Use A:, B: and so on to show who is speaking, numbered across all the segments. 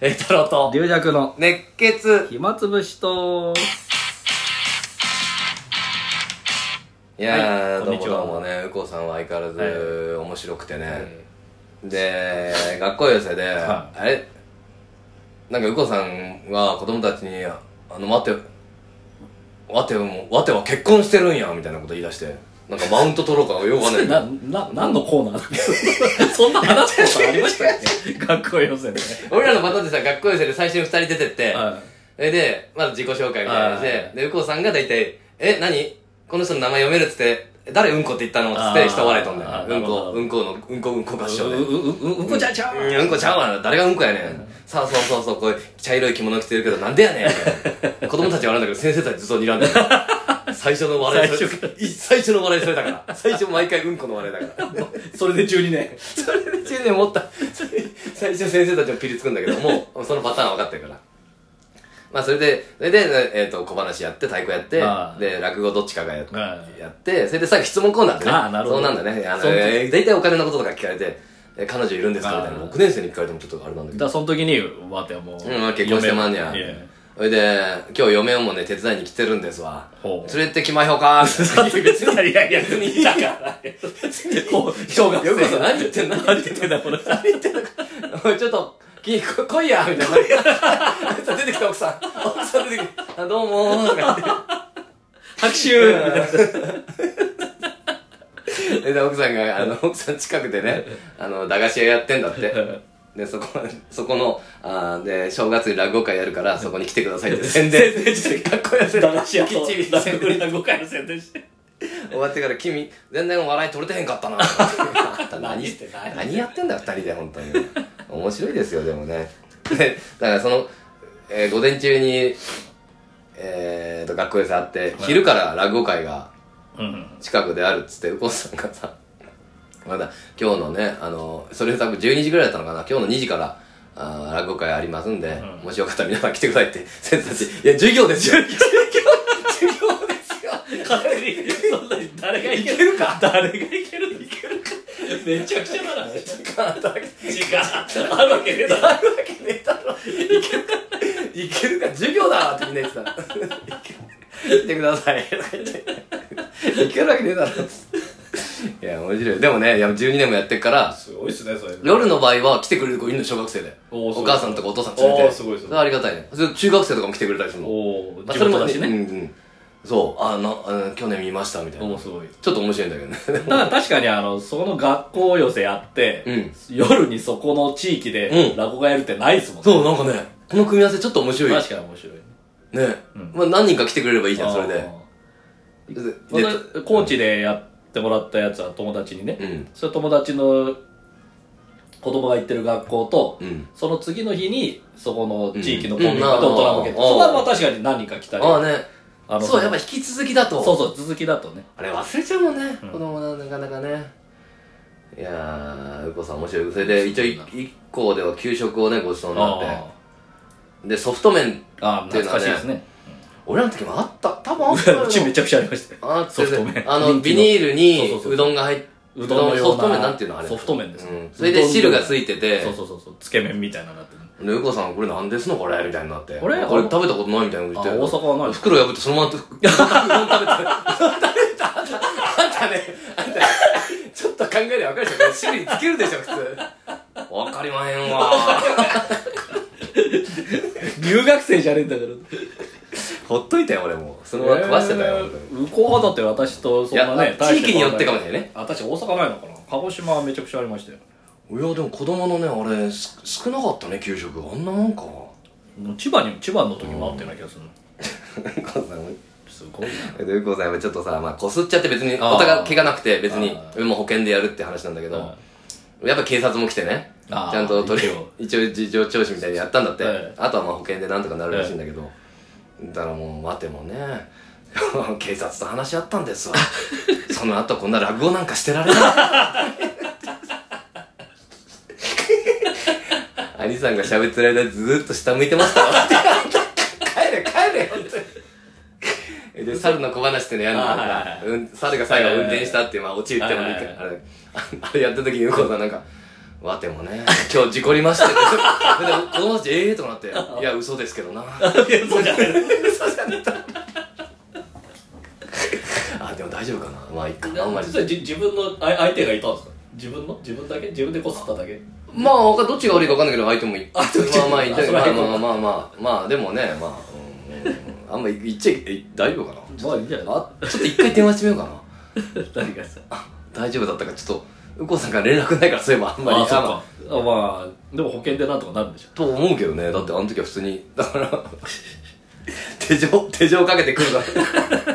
A: えー、太郎と、
B: 龍尺の
C: 熱血
B: 暇つぶしと
C: いや
A: は
C: ー、
A: い
C: ど
A: こ
C: うん
A: に
C: も
A: ちは
C: どうもね右近さんは相変わらず面白くてね、
A: え
C: で学校寄せで、
A: は
C: あれなんか右近さんは子供たちに「あの待て待ても待ては結婚してるんや」みたいなこと言い出してなんかマウント取ろうかよくわかんな
A: ー、
C: い
A: な、な、何のコーナー そんな話すことありましたっけ 学校予選で。
C: 俺らのパターンでさ学校寄せで最初に2人出てって、
A: は
C: それで、まず自己紹介みたいなの
A: は
C: し
A: いはいは
C: て
A: い、
C: で、右近さんが大体、え、何この人の名前読めるっつって、え誰うんこって言ったのっつっ
A: あ
C: て
A: ー
C: 人笑いとんだ
A: あー
C: よ。う
A: なんるほ
C: こ
A: ど、
C: うんこの、うんこうんこ合唱で。
A: う、う、う、う、うこちゃんちゃん
C: うんうんこちゃうわ。誰がうんこやねん。さあ、そうそうそう、こういう茶色い着物着てるけど、なんでやね ん。子供たちは笑うんだけど、先生たちずっと睨んでる。最初の笑いそ
A: 最
C: れ
A: 初か、
C: い最初の笑いそれだから。最初毎回うんこの笑いだから。
A: それで中2年。
C: それで10年持った。それ 最初先生たちもピリつくんだけど、もうそのパターン分かってるから。まあそれで、それで、えっ、と、小話やって、太鼓やって
A: あ、あ
C: で、落語どっちかがやっ
A: あ
C: やって、それで最後質問コーナーでね。
A: ああなるほど
C: そうなんだね。あの、
A: そうか
C: えー大体お金のこととか聞かれて、え彼女いるんですか
A: ああ
C: みたいな。6年生に聞かれてもちょっとあれなんだけ
A: だから
C: ど。
A: その時に、わてはもう。
C: うん、結婚してまんねや
A: いい。
C: それで、今日嫁もね、手伝いに来てるんですわ。
A: ほう
C: 連れてきまひょかーって。
A: 別に、いやいや、別に、だから。別に、こう、小学生。
C: ようこそ何言ってんの
A: 何言ってんだ、これ。
C: お い、ちょっと、きこ来いやみたいな。 あいつ出てきた奥さん。奥さん出てきた。あどうもーとか 言っ
A: 拍手みたいな
C: て。で、奥さんが、あの、奥さん近くでね、あの、駄菓子屋やってんだって。で、そこ、そこの、あーで、正月に落語会やるから、そこに来てくださいって宣 伝。
A: 宣伝して
C: かっこよ せ
A: 駄菓子屋
C: きっ
A: と
C: ちり
A: ラ
C: 宣
A: ク
C: 伝。
A: レナ5回の宣伝して
C: 終わってから、君、全然笑い取れてへんかったな。
A: 何して何
C: 何やってんだよ、二人で、本当に。面白いですよ、でもね。 でだから、その、えー午前中に、えーと、学校でさ、あって、昼から落語会が
A: うん
C: 近くであるっつって、右近さんがさ、まだ、今日のね、あの、それ多分12時ぐらいだったのかな、今日の2時から、あー落語会ありますんで、
A: ん
C: もしよかったら皆さん来てくださいって、先生たち、いや、授業ですよ授業ですよ
A: 勝手にそんなに誰がいけるか誰がいけるいけるかめちゃくちゃだな時間だけ時間あるわけねえだろ
C: あるわけねえだろいけるかいけるか授業だってみんな言ってた行ってくださいとか言っていけるわけねえだろいや面白いでもねいや12年もやってっから
B: すごいっすねそれ
C: 夜の場合は来てくれる子いるの小学生で
A: お
C: お
A: ーそう
C: 母さんとかお父さん連れて
B: おーすごいすごい
C: それはありがたいねそれ中学生とかも来てくれたりするの
A: おお
C: まあ
A: 地
C: それ
A: 元
C: も
A: だし
C: うん
A: ね
C: うんそうあなあ去年見ましたみたいな
A: すごい
C: ちょっと面白いんだけどね
A: だから確かにあのその学校寄せやって、
C: う
A: 夜にそこの地域で
C: うん
A: 落語がやるってないですもんね、
C: そうなんかねこの組み合わせちょっと面白いね
A: 確かに面白いねうん
C: まあ何人か来てくれればいいじゃんそれでで
A: あーこの高知でやってもらったやつは友達にね、
C: うん
A: それ友達の子供が行ってる学校と、
C: うん
A: その次の日にそこの地域の
C: う
A: コ
C: ん
A: ンビニが大人向け
C: う
A: て、
C: ん
A: そこはまあ確かに何人か来たり
C: ああね
A: あの
C: そうやっぱ引き続きだと
A: そうそう続きだとね
C: あれ忘れちゃうもんね、
A: うん
C: 子供ななかなかねいやーうこさん面白いそれで一応い一校では給食をねごちそうになっ
A: あ
C: てでソフト麺
A: ーあー
C: っていうの
A: 懐か
C: はね
A: しいですね
C: 俺らの時もあった多分あったよ
A: うちめちゃくちゃありましたよ
C: あったよね
A: ソフト麺
C: あの
A: 人気
C: ビ
A: の
C: ニールに
A: そうそうそう
C: うどんが入って
A: うどんのような
C: ソフト麺なんていうのあれ
A: ソフト麺です
C: うんそれで汁がついてて
A: そうそうそうそうつけ麺みたいなのになってる
C: でうこさんこれなんですのこれみたいになって
A: これ
C: これ食べたことないみたいなこと言って
A: あ大阪はない
C: 袋破ってそのままうどん食べてうどん食べて あんたねあんたねちょっと考えりゃ分かるでしょこれ汁につけるでしょ普通分かりまへんわ
A: 留学生じゃねえんだから
C: ほっといたよ俺もそのまま飛ばしてたよ、本当に
A: 向こうはだって私とそんなね
C: いや地域によってかもしれないね
A: 私大阪ないのかな鹿児島はめちゃくちゃありましたよ
C: いやでも子供のねあれす少なかったね給食あんなも んか
A: 千葉に千葉の時もあったような気がするの
C: うこさん
A: すごいな
C: でうこさんやっぱちょっとさまあこすっちゃって別に
A: あー
C: お互い怪我なくて別に
A: あ
C: もう保険でやるって話なんだけど、やっぱ警察も来てねち
A: あー
C: ゃんと取り
A: 一応
C: 一応事情聴取みたいにやったんだって、
A: はい
C: あとはまあ保険でなんとかなるらしいんだけど、だからもう待てもね 警察と話し合ったん ですわその後こんな落語なんかしてられない兄さんが喋ってる間ずーっと下向いてましたわ 帰れ帰れ本当にで猿の小話ってねやるの
A: あはい
C: なん
A: はい
C: か、うん、猿が最後運転したっていう、まあ、落ち言ってもいい
A: は
C: け
A: い
C: ど
A: はい
C: あれ ああれやった時にうこさんなんか「わてもね今日事故りまして」ってで子友達ええー、となって「いや嘘です けどな」
A: やそうじゃない
C: 嘘じゃねえあでも大丈夫かなまあいいかあんまり
A: 実はじ自分のあ相手がいたんですか自分の自分だけ自分でこすっただけ
C: まあわかどっちが悪いかわかんないけど相手もい
A: あどっち
C: まあまあいい
A: あそれ
C: ま
A: は
C: あ
A: 変更
C: まあまあまあまあでもねまあうんうんあんまい言っちゃいえ大丈夫かな
A: まあいいんじゃない
C: あちょっと一回電話してみようかな
A: 誰がさ
C: 大丈夫だったかちょっと右近さんから連絡ないからそういえばあんまり
A: あそう
C: あま
A: かあまあでも保険でなんとかなるんで しょ
C: あと思うけどねだってあの時は普通にだから手錠手錠かけてくるから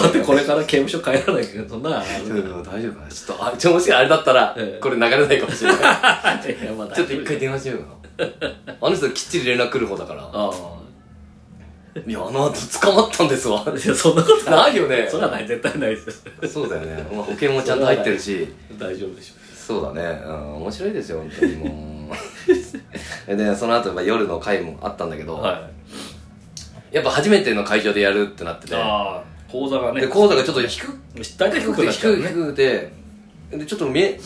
A: だってこれから刑務所帰らなきゃいけないそんな
C: ちょっと大丈夫かなちょっとあちょもしあれだったら
A: ええ
C: これ流れないかもしれない
A: いやまあ
C: ちょっと一回電話してみようかなあの人きっちり連絡来る方だから
A: あ
C: いやあの後捕まったんですわ
A: あいやそん なこと
C: ないよね
A: それはない絶対ないですよ
C: そうだよね、まあ、保険もちゃんと入ってるし
A: 大丈夫でしょ
C: そうだね、うん、面白いですよ本当にも うでその後、まあ夜の会もあったんだけど、
A: はい
C: やっぱ初めての会場でやるってなってて
A: ああ口座がね
C: で講座がちょっと低く
A: 大体
C: 低
A: 低
C: く
A: く
C: て
A: なっちゃうね
C: 低くて低くてでちょっと見え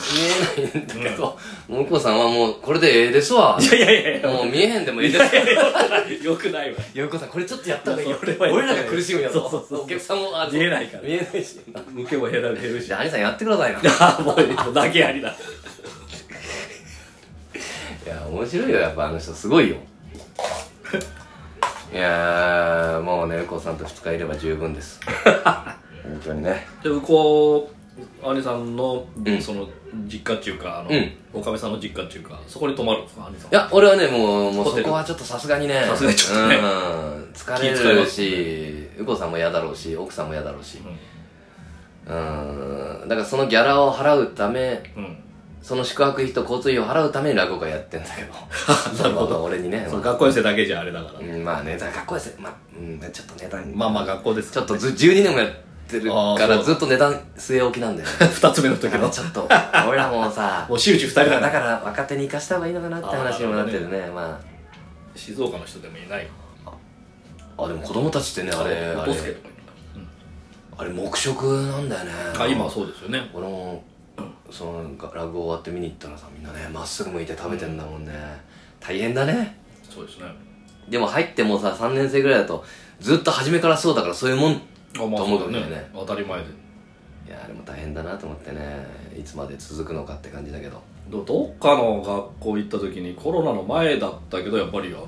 C: 見えないんだけど、もう向こうさんはもうこれでええですわ
A: いやいやいやい や
C: もう見えへんでもいいです
A: よくないわ
C: よこさんこれちょっとやった方がいいよ
A: それはやった方がいい
C: 俺らが苦しむやつ
A: そうそうそう
C: お客さんもあ
A: 見えないから
C: 見えないし
A: 向けば減ら減るし
C: じゃあ兄さんやってくださいない
A: ああもうもう投げやりだ
C: や面白いよやっぱあの人すごいよいやーもうね右近さんと2日いれば十分です本当にね
A: で向こう姉さんの、
C: うん
A: その実家っていうかあの、
C: うん
A: おかみさんの実家っていうかそこに泊まるんですか姉さん
C: いや俺はねもうも
A: ホ
C: う
A: テ
C: そ
A: ル
C: こはちょっとさすがにね
A: さすがにちょっとね
C: うん疲
A: 気遣い
C: れ
A: ま
C: るし右近さんも嫌だろうし奥さんも嫌だろうしうんだからそのギャラを払うため
A: うん、うん、
C: その宿泊費と交通費を払うために落語会やってんだけど
A: なるほど
C: まあ俺にね
A: そう学校生だけじゃあれだから、
C: うんまあね、だから学校ですまあ、うん、ちょっと値段、
A: まあまあ学校です
C: ちょっとず12年もやってる
A: あー
C: から、
A: そ
C: ずっと値段据え置きなんだよね。
A: 2つ目の時
C: だから
A: の
C: ちょ っと、俺らもさ、
A: もう周知2人だ
C: だ
A: な
C: から若手に生かした方がいいのかなって話にもなってるね。ま
A: 静岡の人でもいない
C: あ、あ、でも子供たちってね、あれ、あ
A: おとすけ
C: れ、
A: とかいる
C: あれ黙食なんだよね。
A: からあ今はそうですよね
C: 俺も、その、落語終わって見に行ったらさ、みんなね、まっすぐ向いて食べてんだもんね。大変だね。
A: そうですね
C: でも入ってもさ、3年生ぐらいだと、ずっと初めからそうだから、そういうもん
A: あまあ
C: と
A: そ
C: 思
A: う
C: う
A: だ
C: か
A: よね
C: もしれない
A: 当たり前で
C: いやあれも大変だなと思ってねいつまで続くのかって感じだけど
A: どどっかの学校行った時にコロナの前だったけどやっぱりあの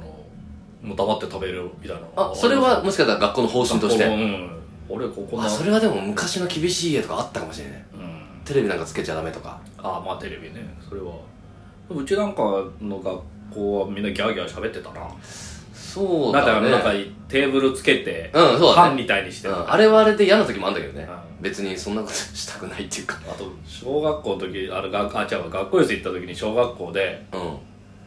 A: もう黙って食べるみたいなのが
C: あそれはもしかしたら学校の方
A: 学校
C: 針
A: の
C: として
A: うん、俺ここの
C: あそれはでも昔の厳しい家とかあったかもしれない
A: うん、
C: テレビなんかつけちゃダメとか
A: あまあテレビねそれはうちなんかの学校はみんなギャーギャー喋ってたな
C: そう
A: なんか
C: だ
A: あのなんか
C: ね
A: テーブルつけて、
C: うんそうだ
A: 班
C: ね
A: みたいにして
C: う
A: た、
C: んあれはあれで嫌な時もあんだけどね
A: うん
C: 別にそんなことしたくないっていうか
A: あと小学校の時あれがあ違う学校寄せ行った時に小学校で
C: うん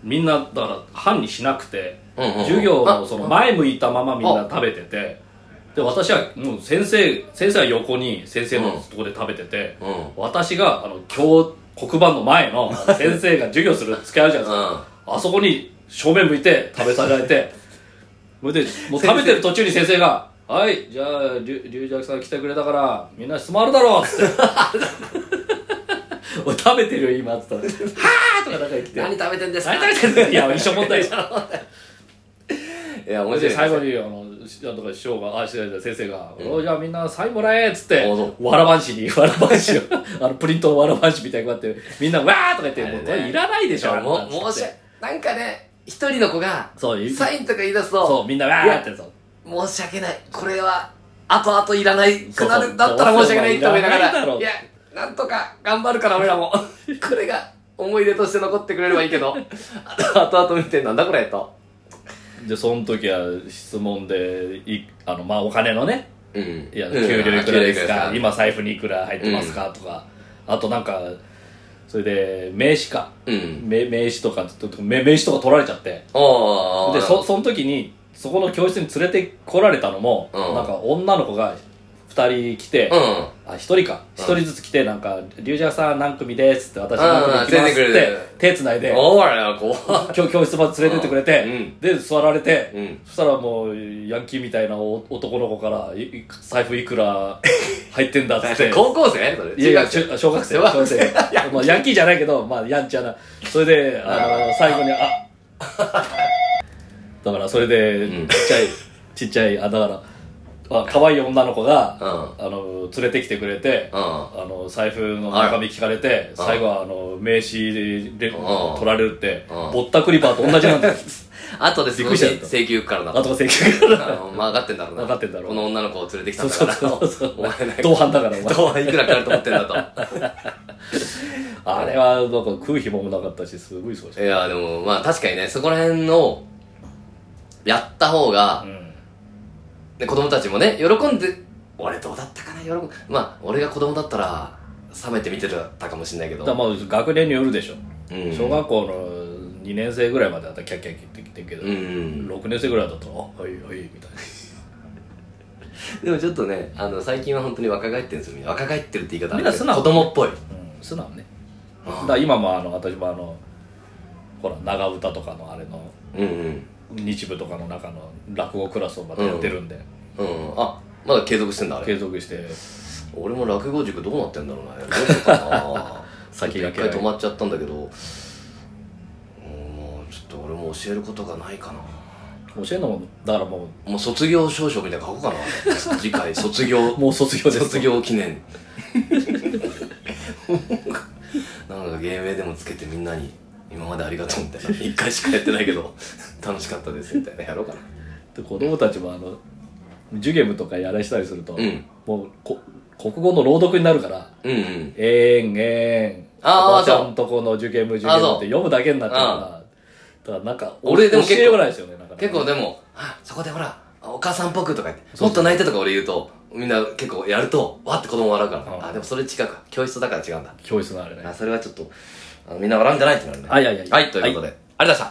A: みんなだから班にしなくて
C: うんうんうん
A: 授業
C: あ
A: のその前向いたままみんな食べててで私はもう先生先生は横に先生のとこで食べてて、
C: うんうん
A: 私があの今日黒板の前の先生が授業する付き合うじゃないですかあそこに正面向いて食べさせられてそれでもう食べてる途中に先生が「はいじゃあ龍龍尺さん来てくれたからみんな質問あるだろ」っつって「俺食べてるよ今」っつったら「はあ!」とかなんか言って
C: 何食べてんですか
A: 何食べてんのいや一 緒問題じゃん
C: いや面
A: で
C: 白い
A: 最後
C: に
A: にあのしなんとか師匠があ師匠じゃない先生が「おじゃあみんなサインもらえ」っつって
C: おそう
A: わらばんしにわらばんしをあのプリントのわらばんしみたいにこうやってみんな「わー!」とか言って「もうこれいらないでしょ」
C: もう申し訳なんかね一人の子が
A: そうい
C: サインとか言い出す
A: そう
C: と
A: みんな「わー!」ってそう
C: 申し訳ないこれは後々いらないくな
A: そう
C: るだったら申し訳ないって思いなが
A: いらないだろ
C: ら
A: う
C: いやなんとか頑張るから俺 らもこれが思い出として残ってくれればいいけどあと後々見てなんだこれと
A: でその時は質問でいあの、まあ、お金のね
C: うん
A: いや給料いくらですか、
C: 今
A: 今財布にいくら入ってますか、とかあとなんかそれで名刺か
C: うん
A: 名名刺とかちょっと名名刺とか取られちゃって
C: ああ
A: でそその時にそこの教室に連れてこられたのも、
C: うん
A: なんか女の子が2人来て、
C: うん
A: あ1人か1人ずつ来てなんか「龍蛇さん何組です」って「私何組来
C: うん
A: ま
C: 出
A: す」
C: てく
A: っ
C: れ
A: て
C: る
A: 手つないで
C: おらよ怖っ
A: 教教室まで連れてってくれて、
C: うん
A: で座られて、
C: うん
A: そしたらもうヤンキーみたいなお男の子からいい「財布いくら入ってんだ」っつって。
C: 高校生それ
A: いやいや、
C: 中学
A: 中小 学生、
C: 小
A: 小
C: 学
A: 学
C: 生
A: 生。まあ、ヤンキーじゃないけど、まあ、やんちゃな。それで、あの、最後に、あ、 だから、それで、
C: うん
A: ちっちゃい、ちっちゃい、あ、だから、あ可愛い女の子が、
C: う
A: あの、連れてきてくれて、
C: うん
A: あの、財布の中身聞かれて、
C: あら
A: 最後は、あの、名刺で、
C: ん
A: 取られるって、
C: うん
A: ぼったくりバーと同じなんだよ。
C: あとでその
A: びっくりしちゃった
C: 請求からだ
A: あとが請求 から。
C: あのまあ分かってんだろうな
A: 分かってんだろう
C: この女の子を連れてきた
A: そ
C: ん
A: う
C: だ
A: そ
C: か
A: う
C: ら
A: そうそう
C: お前なんか。
A: 同伴だから、お前。
C: どういくらかかると思ってんだ
A: あれは、なんか食う暇もなかったし、すごいそうでし
C: といやでもまあ確かにねそこら辺のやった方
A: た。
C: が
A: う、ん。
C: ね、子供たちもね喜んで俺どうだったかな喜ぶまあ俺が子供だったら冷めて見てたかもしれないけど
A: だからまあ学年によるでしょ、
C: うん
A: 小学校の2年生ぐらいまでだったらキャッキャッキャッキャッ言ってきてるけど、
C: うん
A: 6年生ぐらいだったら「あはいはい」みたい
C: でもちょっとねあの最近は本当に若返ってるんですよみんな若返ってるって言い方あ
A: み
C: る
A: んな
C: け
A: 素
C: ど
A: 直
C: 子供っぽい
A: な、うん、素直ねだから今もあの私もあのほら長唄とかのあれの
C: うんうん
A: 日舞とかの中の落語クラスをまたやってるんで、
C: うんあまだ継続してんだあれ
A: 継続して
C: 俺も落語塾どうなってんだろうな どうしようかな
A: 先
C: ちょ
A: が
C: っ
A: け
C: と一回止まっちゃったんだけどもうちょっと俺も教えることがないかな
A: 教えるのもだからも
C: もう卒業証書みたいなの書こうかな次回卒業
A: うもう卒業です
C: 卒業記念なんか芸名でもつけてみんなに「今までありがとう」みたいな一回しかやってないけど楽しかったですみたいなやろうかな
A: で子供たちもあのジュゲムとかやらしたりすると、
C: うん
A: もうこ国語の朗読になるから
C: うんうん
A: えーんえーん
C: あー
A: おばちゃんとこの受験部受験部って読むだけになってるからだからなんか
C: 俺でも結構
A: 教えようがないですよねなんかね
C: 結構でも「あそこでほらお母さんっぽく」とか言ってもっと泣いてとか俺言うとみんな結構やるとわって子供笑うから、
A: うん
C: あでもそれ違うか教室だから違うんだ
A: 教室のあれね
C: あそれはちょっとあのみんな笑うんじゃないってなるね
A: あいやいやいや
C: はいということで、ありがとうございました